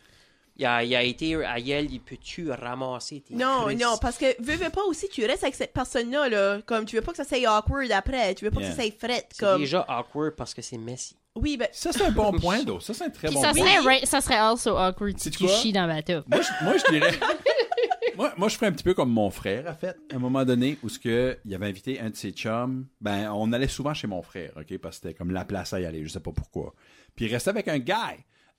Il a, il a été à Yale, il peut-tu ramasser tes Non, crisps? non, parce que veux, veux pas aussi, tu restes avec cette personne-là, là. Comme, tu veux pas que ça soit awkward après. Tu veux pas Yeah. que ça soit frette, C'est comme. déjà awkward parce que c'est messy. Oui, ben, Ça, c'est un bon point, though. Ça, c'est un très Puis bon ça point. serait, ra- ça serait also awkward si Sais-tu tu quoi? chies dans la table. Moi, je, moi, je dirais. moi, moi, je ferais un petit peu comme mon frère a fait, à un moment donné, où ce que, il avait invité un de ses chums. Ben, on allait souvent chez mon frère, OK? Parce que c'était comme la place à y aller, je sais pas pourquoi. Puis il restait avec un gars.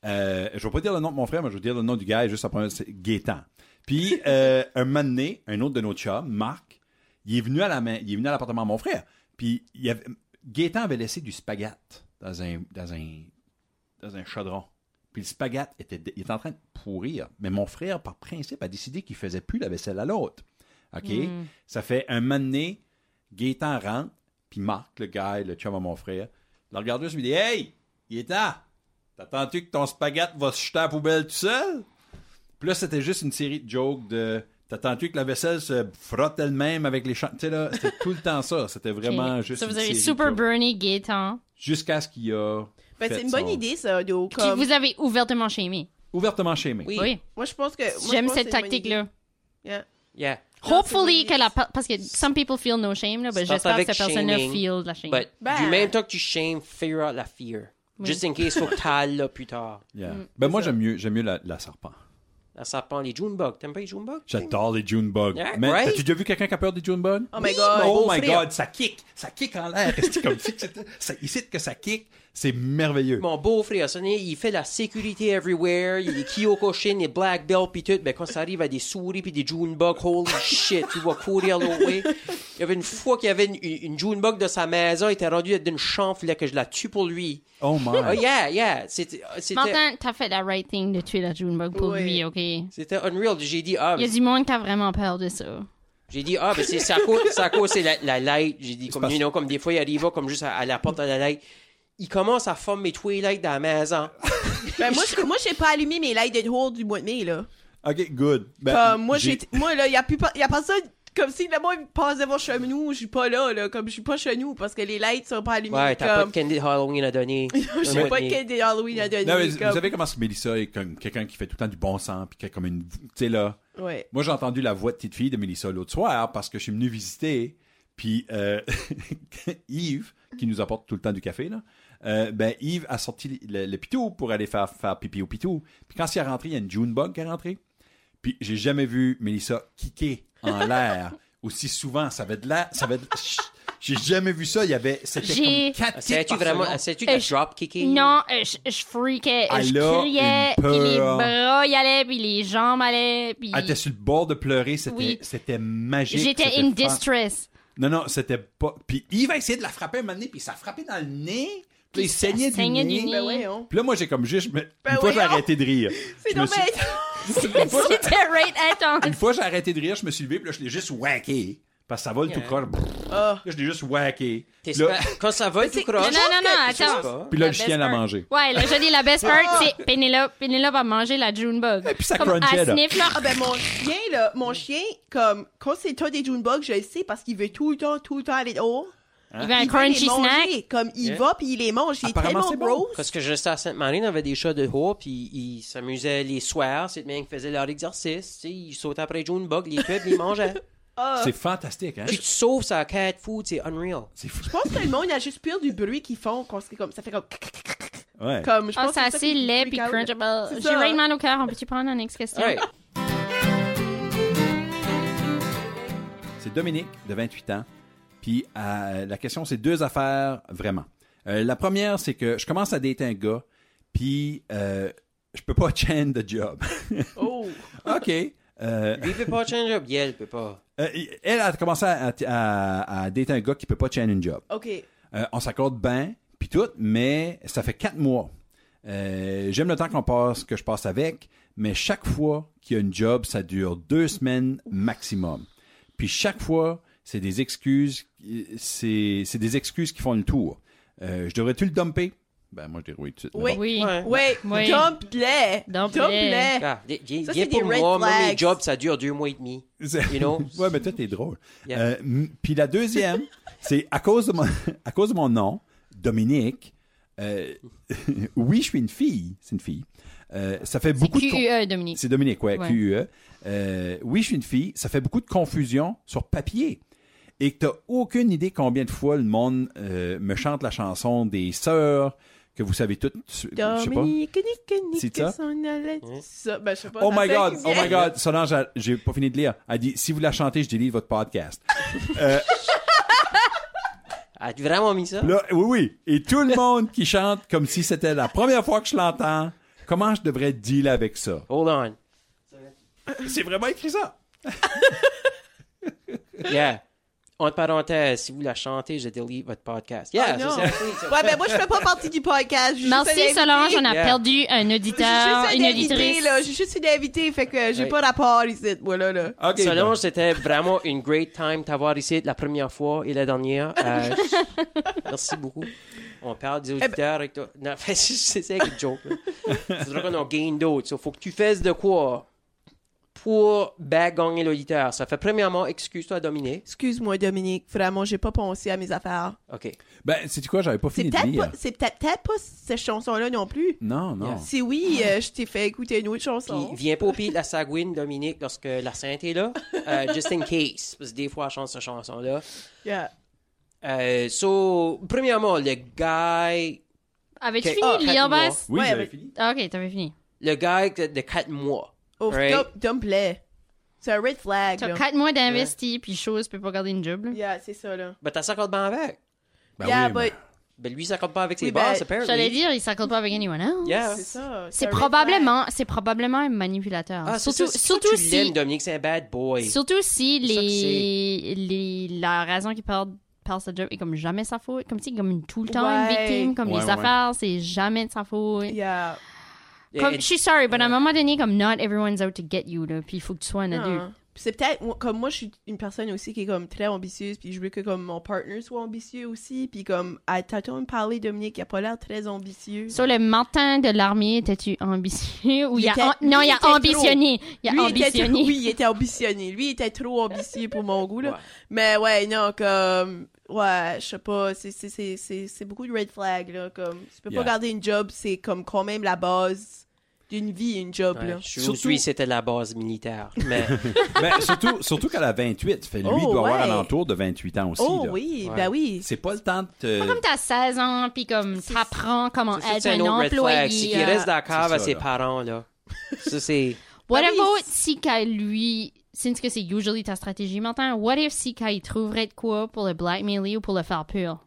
Euh, je vais pas dire le nom de mon frère, mais je vais dire le nom du gars, juste après, c'est Gaétan. Puis, euh, un moment donné, un autre de nos chums, Marc, il est venu à la main, il est venu à l'appartement de mon frère. Puis, il avait, Gaétan avait laissé du spaghette dans un, dans un, dans un chaudron. Puis le spaghette était, il était en train de pourrir. Mais mon frère, par principe, a décidé qu'il faisait plus la vaisselle à l'autre. OK? Ça fait un moment donné, Gaétan rentre, puis Marc, le gars, le chum à mon frère, le regarde juste, il dit Hey, Gaétan, t'attends-tu que ton spaghette va se jeter à la poubelle tout seul? Puis là, c'était juste une série de jokes de T'attends-tu que la vaisselle se frotte elle-même avec les champs? Tu sais, là, c'était tout le temps ça. C'était vraiment Ok. juste. Ça, vous une avez série de super jokes. Bernie Gaetan, Jusqu'à ce qu'il y a. ben, fait c'est une bonne son- idée, ça, d'où, qui comme. euh, vous avez ouvertement chémé. Ouvertement chémé. Oui. Oui. Moi, je pense que. moi, je J'aime pense que cette c'est une bonne idée. tactique-là. Yeah. Yeah. Oh, Hopefully, que la, per- parce que some people feel no shame, là, mais Start ben, j'espère que avec cette personne-là shaming, feel de la shame. But Ben- du même temps que tu shame, figure out la fear. Just in case, faut que t'ailles là plus tard. Yeah. Mm. Ben moi, j'aime mieux, j'aime mieux la, la serpent. Là, ça prend les Junebugs. T'aimes pas les Junebugs? J'adore les Junebugs. Yeah, Mais right? as-tu déjà vu quelqu'un qui a peur des Junebugs? Oh my God. Oh Beau my frère. God, ça kick. Ça kick en l'air. C'est comme si que c'était- c'est ici que ça kick. C'est merveilleux. Mon beau-frère, ça, hein, il fait la sécurité everywhere, il est Kyokushin, il est Black Belt pis tout, ben quand ça arrive à des souris pis des Junebug, holy shit, tu vas courir l'autre way. Il y avait une fois qu'il y avait une, une, une Junebug de sa maison, il était rendu à une chambre, il fallait que je la tue pour lui. Oh Oh my. yeah, yeah, c'était, c'était, Martin, t'as fait la right thing de tuer la Junebug pour Oui. lui, OK? Il c'était unreal, j'ai dit, ah, y a du monde qui a vraiment peur de ça. J'ai dit, ah, ben, c'est ça cause, ça cause, c'est la, la light. J'ai dit, comme, parce- you know, comme des fois, il arrive, comme juste à, à la porte de la light. Il commence à former mes twilight dans la maison. Ben, moi, je- moi, j'ai pas allumé mes lights de hole du mois de mai, là. Ok, good. Ben, Comme, moi, j'ai, moi, là, y a plus pas, y a pas ça, comme si le monde passe devant chez nous, je suis pas là, là, comme je suis pas chez nous, parce que les lights sont pas allumés. Ouais, t'as pas de comme, candy Halloween à donner. j'ai pas de quête des Halloween à donner. Non, mais comme- vous savez comment c'est Mélissa est comme quelqu'un qui fait tout le temps du bon sens, puis qui a comme une. Tu sais, là. Ouais. Moi, j'ai entendu la voix de petite fille de Mélissa l'autre soir parce que je suis venu visiter. Puis euh, Yves, qui nous apporte tout le temps du café, là, euh, ben Yves a sorti le, le pitou pour aller faire, faire pipi au pitou. Puis quand il est rentré, il y a une Junebug qui est rentrée. Puis j'ai jamais vu Mélissa kicker en l'air aussi souvent. Ça avait de l'air. Ça avait de- Chut! J'ai jamais vu ça. Il y avait. C'était J'ai- comme quatre kicks Ah, Sais-tu par vraiment, seconde. sais-tu Eh, Euh, que je- drop kicking? Non, euh, je, je freakais, je Elle a criais, une puis les peur. bras y allaient, puis les jambes allaient, puis Elle était sur le bord de pleurer. C'était Oui. c'était magique. j'étais c'était in fan- distress. Non, non, c'était pas. Puis Yves a essayé de la frapper un moment donné, puis ça frappé dans le nez. Puis il ça saignait du saignait nez. du nez. Ben, voyons. Puis là, moi, j'ai comme juste. je me- Ben une fois, j'ai voyons. arrêté de rire. C'est Je me dommage. suis- C'était right at Une fois, j'ai arrêté de rire, je me suis levé, puis là, je l'ai juste whacké. Parce que ça vole tout Yeah. croche. Brrr. Ah. Là, je l'ai juste whacké. T'es Là, spa- Quand ça va, tu c'est- croches. Non, non, non, Je sais attends. pas. puis là, La le chien best l'a part. mangé. Ouais, là, je dis la best Ah! part, c'est Penelope. Penelope a mangé la Junebug. Et puis ça Comme, crunchait, elle là. sniff, là. Ah ben mon chien là, mon chien comme quand c'est toi des Junebugs, je le sais parce qu'il veut tout le temps, tout le temps aller dehors. Il veut Ben, un Hein? Il veut les crunchy manger, snack. Comme il Yeah. va puis il les mange, il est Apparemment, tellement c'est bon. gross. Parce que je restais à Sainte-Marie, on avait des chats de haut, puis ils s'amusaient les soirs, c'est même qu'ils faisaient leur exercice, tu sais, ils sautaient après les Junebug, les tuaient, puis ils mangeaient. C'est fantastique, hein? Puis tu sauves sa cat food, c'est unreal. C'est fou. Je pense que le monde a juste peur du bruit qu'ils font quand c'est comme ça fait comme Ouais. comme je Ah, pense c'est que c'est ça assez qui laid freak puis out. crunchable. C'est J'ai ça. vraiment mal au cœur. On peut-tu prendre la next question? All right. C'est Dominique, de 28 ans. Puis euh, la question, c'est deux affaires, vraiment. Euh, la première, c'est que je commence à dater un gars, puis euh, je peux pas change de job. Oh. OK. Euh, Lui, il peut pas changer up. Yeah, il peut pas. euh, elle a commencé à, à, à dater un gars qui peut pas changer une job. OK. Euh, on s'accorde bien, puis tout, mais ça fait quatre mois. Euh, J'aime le temps qu'on passe, que je passe avec, mais chaque fois qu'il y a une job, ça dure deux semaines maximum. Puis chaque fois, c'est des excuses, qui- c'est c'est des excuses qui font le tour. Euh, je devrais-tu le dumper? Ben moi je dirais oui tout de suite. mais Oui. bon. Oui. Ouais. Ouais, Oui. dump-les. Dump-les. Dump-les. Regarde, Ah, viens- Ça, viens c'est pour des red moi, moi, mes flags. jobs, ça dure deux mois et demi. You know? ouais, mais toi t'es drôle. Yeah. Euh, m- puis la deuxième, c'est à cause de mon à cause de mon nom, Dominique. euh, oui, je suis une fille, c'est une fille. Euh, ça fait C'est beaucoup de con- QUE, Dominique. C'est Dominique, ouais, Ouais. QUE. Euh, oui, je suis une fille. Ça fait beaucoup de confusion sur papier. Et que t'as aucune idée combien de fois le monde euh, me chante la chanson des sœurs que vous savez toutes. su- Ah, Je sais pas. Dominique, Nick, C'est Nick, ça? son allait. Ça, ben, je sais pas. Oh ça my fait God, que- oh my God. Solange, elle- j'ai pas fini de lire. Elle dit, si vous la chantez, je délivre votre podcast. As-tu vraiment mis ça? Là, oui, oui. Et tout le monde qui chante comme si c'était la première fois que je l'entends. Comment je devrais dealer avec ça? Hold on. C'est vraiment écrit ça. Yeah. Entre parenthèses, si vous la chantez, je delete votre podcast. Yeah, Ah, ça, non. c'est la fille, ça. Ouais, ben, moi, je fais pas partie du podcast. je suis Merci, juste un Solange. invité. On a Yeah. perdu un Je auditeur, une suis juste une invitée, auditrice. là. Je suis juste une invitée, fait que j'ai Ouais. pas rapport ici, voilà, là. OK. ben, Solange, c'était vraiment une great time t'avoir ici la première fois et la dernière. Euh, merci beaucoup. On parle des auditeurs avec toi. Non, c'est c'est- c'est une joke. là. Faudra qu'on en gagne d'autres. Il faut que tu fasses de quoi pour ben gagner l'auditeur. Ça fait premièrement, excuse-toi, Dominique. Excuse-moi, Dominique. Vraiment, j'ai pas pensé à mes affaires. OK. Ben, c'est quoi, j'avais pas C'est fini de peut-être lire. pas, c'est peut-être, peut-être pas cette chanson-là non plus. Non, non. Si oui, euh, je t'ai fait écouter une autre chanson. Puis viens pas au pied de la sagouine, Dominique, lorsque la sainte est là. Euh, just in case. Parce que des fois, elle chante cette chanson-là. Yeah. Euh, so, premièrement, le guy, Avais-tu Ok. fini Ah, de quatre lire, mois. Bess? Oui, Ouais, j'avais mais- fini. Ah, Ok, t'avais fini. le guy de, de 4 mois. Oh, Right. don't- don't play. C'est un red flag. T'as Là. 4 mois d'investi, puis chose, peut pas garder une job. là. Yeah, c'est ça, là. Ben, t'as 50 pas avec. Ben yeah, oui, but Ben, lui, ça compte pas avec ses Oui, ben, boss, apparently. J'allais dire, il s'accorde pas avec anyone else. Yeah. c'est ça. C'est un red probablement, c'est probablement un manipulateur. Ah, c'est surtout, ça, c'est pour ça que surtout tu si, l'aimes, Dominique, c'est un bad boy. surtout si C'est ça que les, les, la raison qu'il perd, perd sa job est comme jamais sa faute, comme si comme une- tout le temps une Ouais. victime, comme Ouais, les ouais. affaires, c'est jamais de sa faute. flag. Yeah. Comme, Et- je suis sorry, mais à un moment donné, comme not everyone's out to get you, là, puis il faut que tu sois un adulte. Non. Ah. Puis C'est peut-être moi- comme moi, je suis une personne aussi qui est comme très ambitieuse, puis je veux que comme mon partner soit ambitieux aussi, puis comme à t'entends me parler Dominique, il a pas l'air très ambitieux. Sur le matin de l'armée, étais-tu ambitieux ou il y a Il était- am- non, lui, il y il était a ambitionné, il y a Lui, il était ambitionné. trop- oui, il était ambitionné. Lui, il était trop ambitieux pour mon goût, là. Ouais. Mais ouais, non, comme... Ouais, je sais pas, c'est- c'est- c'est c'est- c'est beaucoup de red flags, là. Comme, tu peux Yeah. pas garder une job, c'est comme quand même la base d'une vie, une job, Ouais, là. je Surtout- suis c'était la base militaire. Mais Ben, surtout surtout qu'elle a 28. Fait, lui, il Oh, doit avoir ouais. alentour de 28 ans aussi. Oh là. oui, Ouais. ben oui. C'est pas le temps de Pas comme te... t'as 16 ans, puis comme C'est- t'apprends comment ça, être c'est un un autre red flag. C'est employé. qu'il euh, reste dans la cave C'est à ça, ses là. parents, là. Ça, c'est. What Ah oui, about c'est- si qu'à lui, since que c'est usually ta stratégie maintenant, what if si qu'à il trouverait de quoi pour le blackmailer ou pour le faire pur?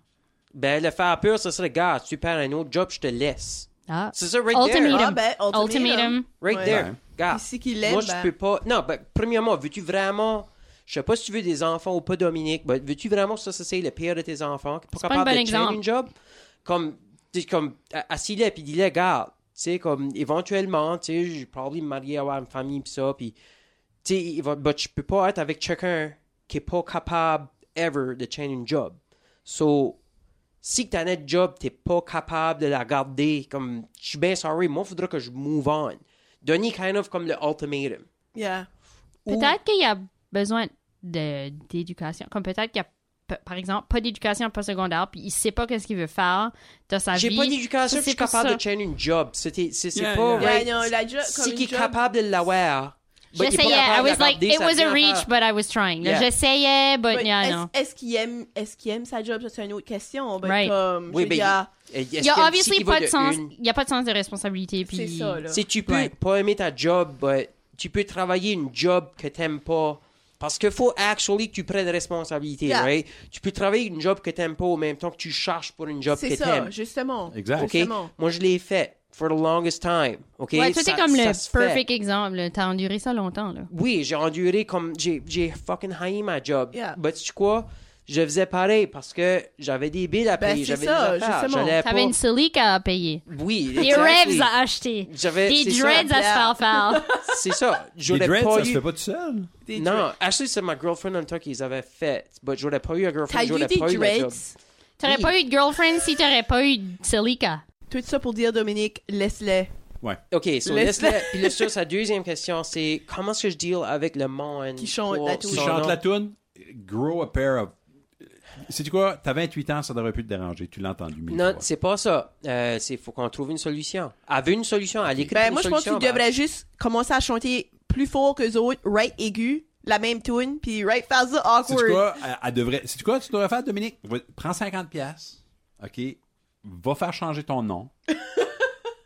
Ben, le faire peur, ça serait, gars, tu perds un autre job, je te laisse. Ah. C'est ça, right Ultimatum. there. Ah, Ah, ben, ultimatum. hein. Ultimatum. Right Ouais. there. Ouais. Gars, Puis si qu'il l'aime, Ah. moi, je ben- peux pas. Non, ben, premièrement, veux-tu vraiment. Je sais pas si tu veux des enfants ou pas, Dominique, mais veux-tu vraiment que ça, ça c'est le pire de tes enfants? qui est C'est Pas pas un capable bon de tenir exemple. une job? Comme, tu sais, comme, a- assis-le, puis dis-le, gars, tu sais, comme, éventuellement, tu sais, je vais probablement me marier, avoir une famille, pis ça, puis tu sais, il va- but je peux pas être avec quelqu'un qui est pas capable ever de changer une job. So, si t'as un job, t'es pas capable de la garder, comme, je suis bien sorry, moi, faudra que je move on. Donner kind of comme le ultimatum. Yeah. Ou- Peut-être qu'il y a besoin de- d'éducation. Comme peut-être qu'il y a, p- par exemple, pas d'éducation postsecondaire, puis il sait pas qu'est-ce qu'il veut faire de sa vie. J'ai pas d'éducation, Ça, je suis pour capable ça. de changer une job. C'était- C'est c'est Yeah, pas yeah. right. Ouais, non, la jo- comme Si une qui est job- capable de l'avoir. but il est pas J'essayais. I capable de was like, garder, it ça was a devient reach, affaire. but I was trying. Là, Yeah. J'essayais, but But yeah, est-ce- non. Est-ce qu'il aime, est-ce qu'il aime sa job? Ça, c'est une autre question. but Right. comme, Oui, je veux ben, dire, il- est-ce Il y qu'il- a si obviously qu'il va pas de, de sens. une- Il y a pas de sens de responsabilité. Puis... c'est ça, là. Si tu peux Ouais. pas aimer ta job, but tu peux travailler une job que t'aimes pas. Parce qu'il faut actually que tu prennes responsabilité, Yeah. right? Tu peux travailler une job que t'aimes pas au même temps que tu cherches pour une job que C'est ça, t'aimes. justement. Exact. OK? Justement. Moi, je l'ai fait. For the longest time. OK? Ouais, toi, Ça- t'es comme ça le se fait. perfect exemple. là. T'as enduré ça longtemps, là. Oui, j'ai enduré comme. J'ai j'ai fucking haï ma job. Yeah. Mais tu sais quoi? Je faisais pareil parce que j'avais des billes à Ben, payer. c'est j'avais des ça, affaires. justement. J'allais pas- T'avais une silique à payer. Oui. Des Euh, exactly. rêves à acheter. J'avais- Des c'est ça. dreads à se Yeah. faire faire. C'est ça. Les J'aurais dreads, pas ça eu... se fait pas tout seul. Des Non, actually, c'est ma girlfriend en temps qu'ils avaient fait. Mais j'aurais pas eu un T'as girlfriend, eu j'aurais des pas eu la job. dreads? T'aurais Oui. pas eu de girlfriend si t'aurais pas eu de silica. Tout ça pour dire, Dominique, laisse-les. OK, so Laisse- laisse-le. Puis là, sur sa deuxième question, c'est comment est-ce que je deal avec le monde Qui chante pour la son Tu Non, chantes nom? la toune, grow a pair of... C'est quoi? T'as 28 ans, ça devrait plus te déranger. Tu l'as entendu mille Non, fois. c'est pas ça. Euh, c'est faut qu'on trouve une solution. Elle veut une solution, elle écrit Ben, une moi, je pense que solution, tu ben, devrais juste commencer à chanter plus fort qu'eux autres, right aigu, la même tune, puis right faire ça C'est awkward. quoi? Elle, elle devrait... C'est quoi tu devrais faire, Dominique? Va- Prends 50 pièces, OK? Va faire changer ton nom.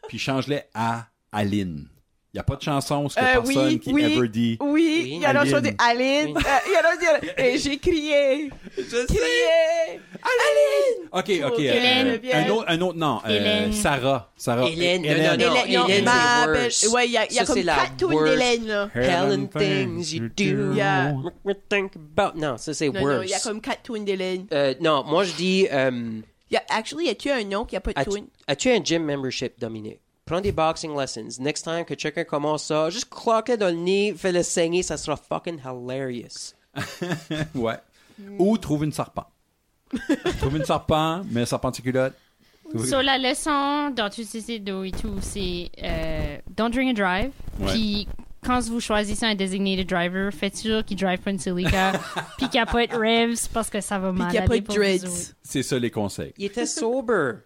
puis change-le à Aline. Il n'y a pas de chanson où ce que Euh, personne oui, qui oui. ever dit... Oui, il y en a Aline. chanté Aline. Oui. euh, Il y en a dit, et j'ai crié. Crié. Aline! OK, OK. Hélène, euh, viens. un, autre, un autre nom. euh, Hélène. Sarah. Sarah. Oh, Hélène, Hé- non, non, non. Hélène, non, Hélène, ma c'est belle- worse. Ouais, il y a, il y a Ça, comme c'est la quatre tunes worst. d'Hélène, là. Helen things you do. Yeah. What think about. Non, ça c'est Non, worse. non, il y a comme quatre tunes d'Hélène. Euh, non, moi je dis. euh, Il Y a, actually, y a-tu un nom qui a pas de as-tu- tune? As-tu un gym membership, Dominique? Prends des boxing lessons. Next time que quelqu'un commence ça, juste croque-le dans le nez, fais-le saigner, ça sera fucking hilarious. Ouais. Ou trouve une serpent. trouve une serpent, mais un serpenticulote. Oui. Sur la leçon dans tout ceci, do et tout, c'est euh, don't drink and drive. Ouais. Puis quand vous choisissez un designated driver, faites sûr qu'il drive pas une Celica, puis qu'il n'y a pas de revs parce que ça va Puis mal qu'il n'y a pas aller de pour vous autres. dreads. C'est ça les conseils. Il était sober. Il-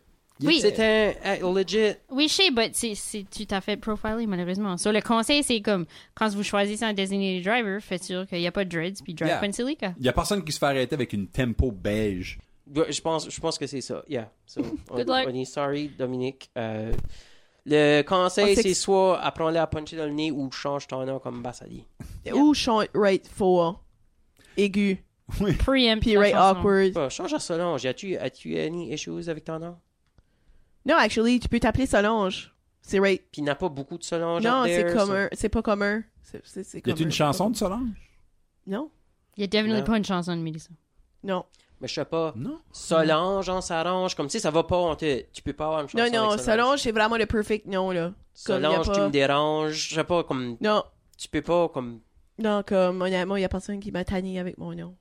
Oui. C'était euh, legit. Oui, je sais, mais c'est- c'est tout à fait profilé, malheureusement. So, le conseil, c'est comme, quand vous choisissez un designated driver, faites sûr qu'il n'y a pas de dreads, puis drive Yeah. pas une Celica. Il y a personne qui se fait arrêter avec une tempo beige. Ouais, Je pense, je pense que c'est ça. Yeah. So, on, Good luck. on est sorry, Dominique. Euh, le On conseil, s'ex- c'est soit apprends-le à puncher dans le nez ou change ton nom comme Bassali. Ou chante right for aigu, Preempt. puis la right chanson. awkward. Bah, change à Solange. As-tu as-tu any issues avec ton nom? Non, actually, tu peux t'appeler Solange. C'est right. Puis il n'a pas beaucoup de Solange. Non, out there, c'est so- commun. C'est pas commun. C'est- c'est- Y c'est a-t-il commun. une chanson de Solange? Non. Il n'y a definitely Non. pas une chanson de Mélissa. Non. Mais je sais pas. Non. Solange, on s'arrange. Comme si ça va pas, on te- tu peux pas avoir une chanson Non, non, avec Solange, c'est vraiment le perfect nom, là. Comme, y a Solange, tu pas- me déranges. Je sais pas, comme, Non, tu peux pas, comme, non, comme, honnêtement, il y a personne qui m'a tanné avec mon nom.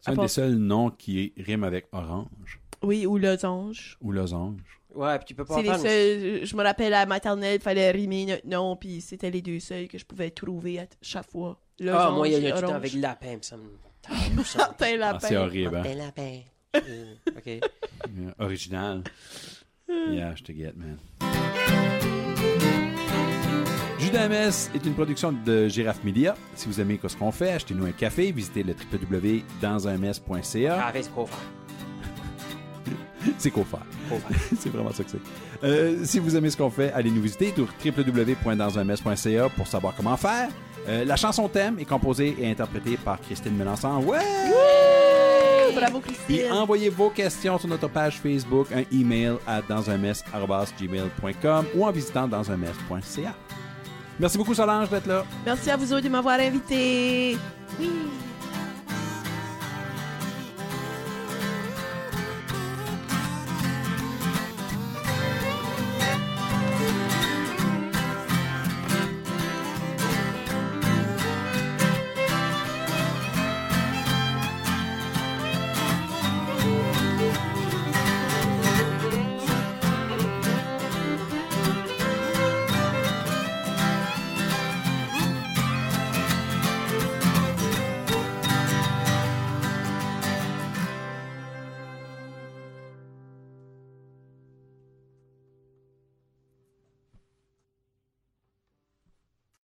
C'est un À part- des seuls noms qui rime avec orange Oui, ou losange. ou losange. ouais, puis tu peux pas C'est les avoir une- seuls, je me rappelle à la maternelle, fallait rimer notre nom, puis c'était les deux seuls que je pouvais trouver à t- chaque fois. Losange, Ah, moi, il y a et tout le temps orange. avec lapin, il me semble. Il me semble. Ah, Martin c'est Lapin. horrible. hein? Martin lapin. Euh, OK. Yeah, Original. Yeah, je te get, man. Jus d'AMS est une production de Girafe Media. Si vous aimez ce qu'on fait, achetez-nous un café, visitez le www.dansams.ca. Ah, c'est quoi faire? C'est qu'au faire. Qu'au faire. c'est vraiment ça que c'est. Euh, si vous aimez ce qu'on fait, allez nous visiter sur www.dansums.ca pour savoir comment faire. Euh, la chanson thème est composée et interprétée par Christine Melançon. Ouais! Bravo, Puis Christine. envoyez vos questions sur notre page Facebook, un email à dansunmess@gmail.com ou en visitant dansunmess.ca. Merci beaucoup Solange d'être là. Merci à vous autres de m'avoir invité. Oui.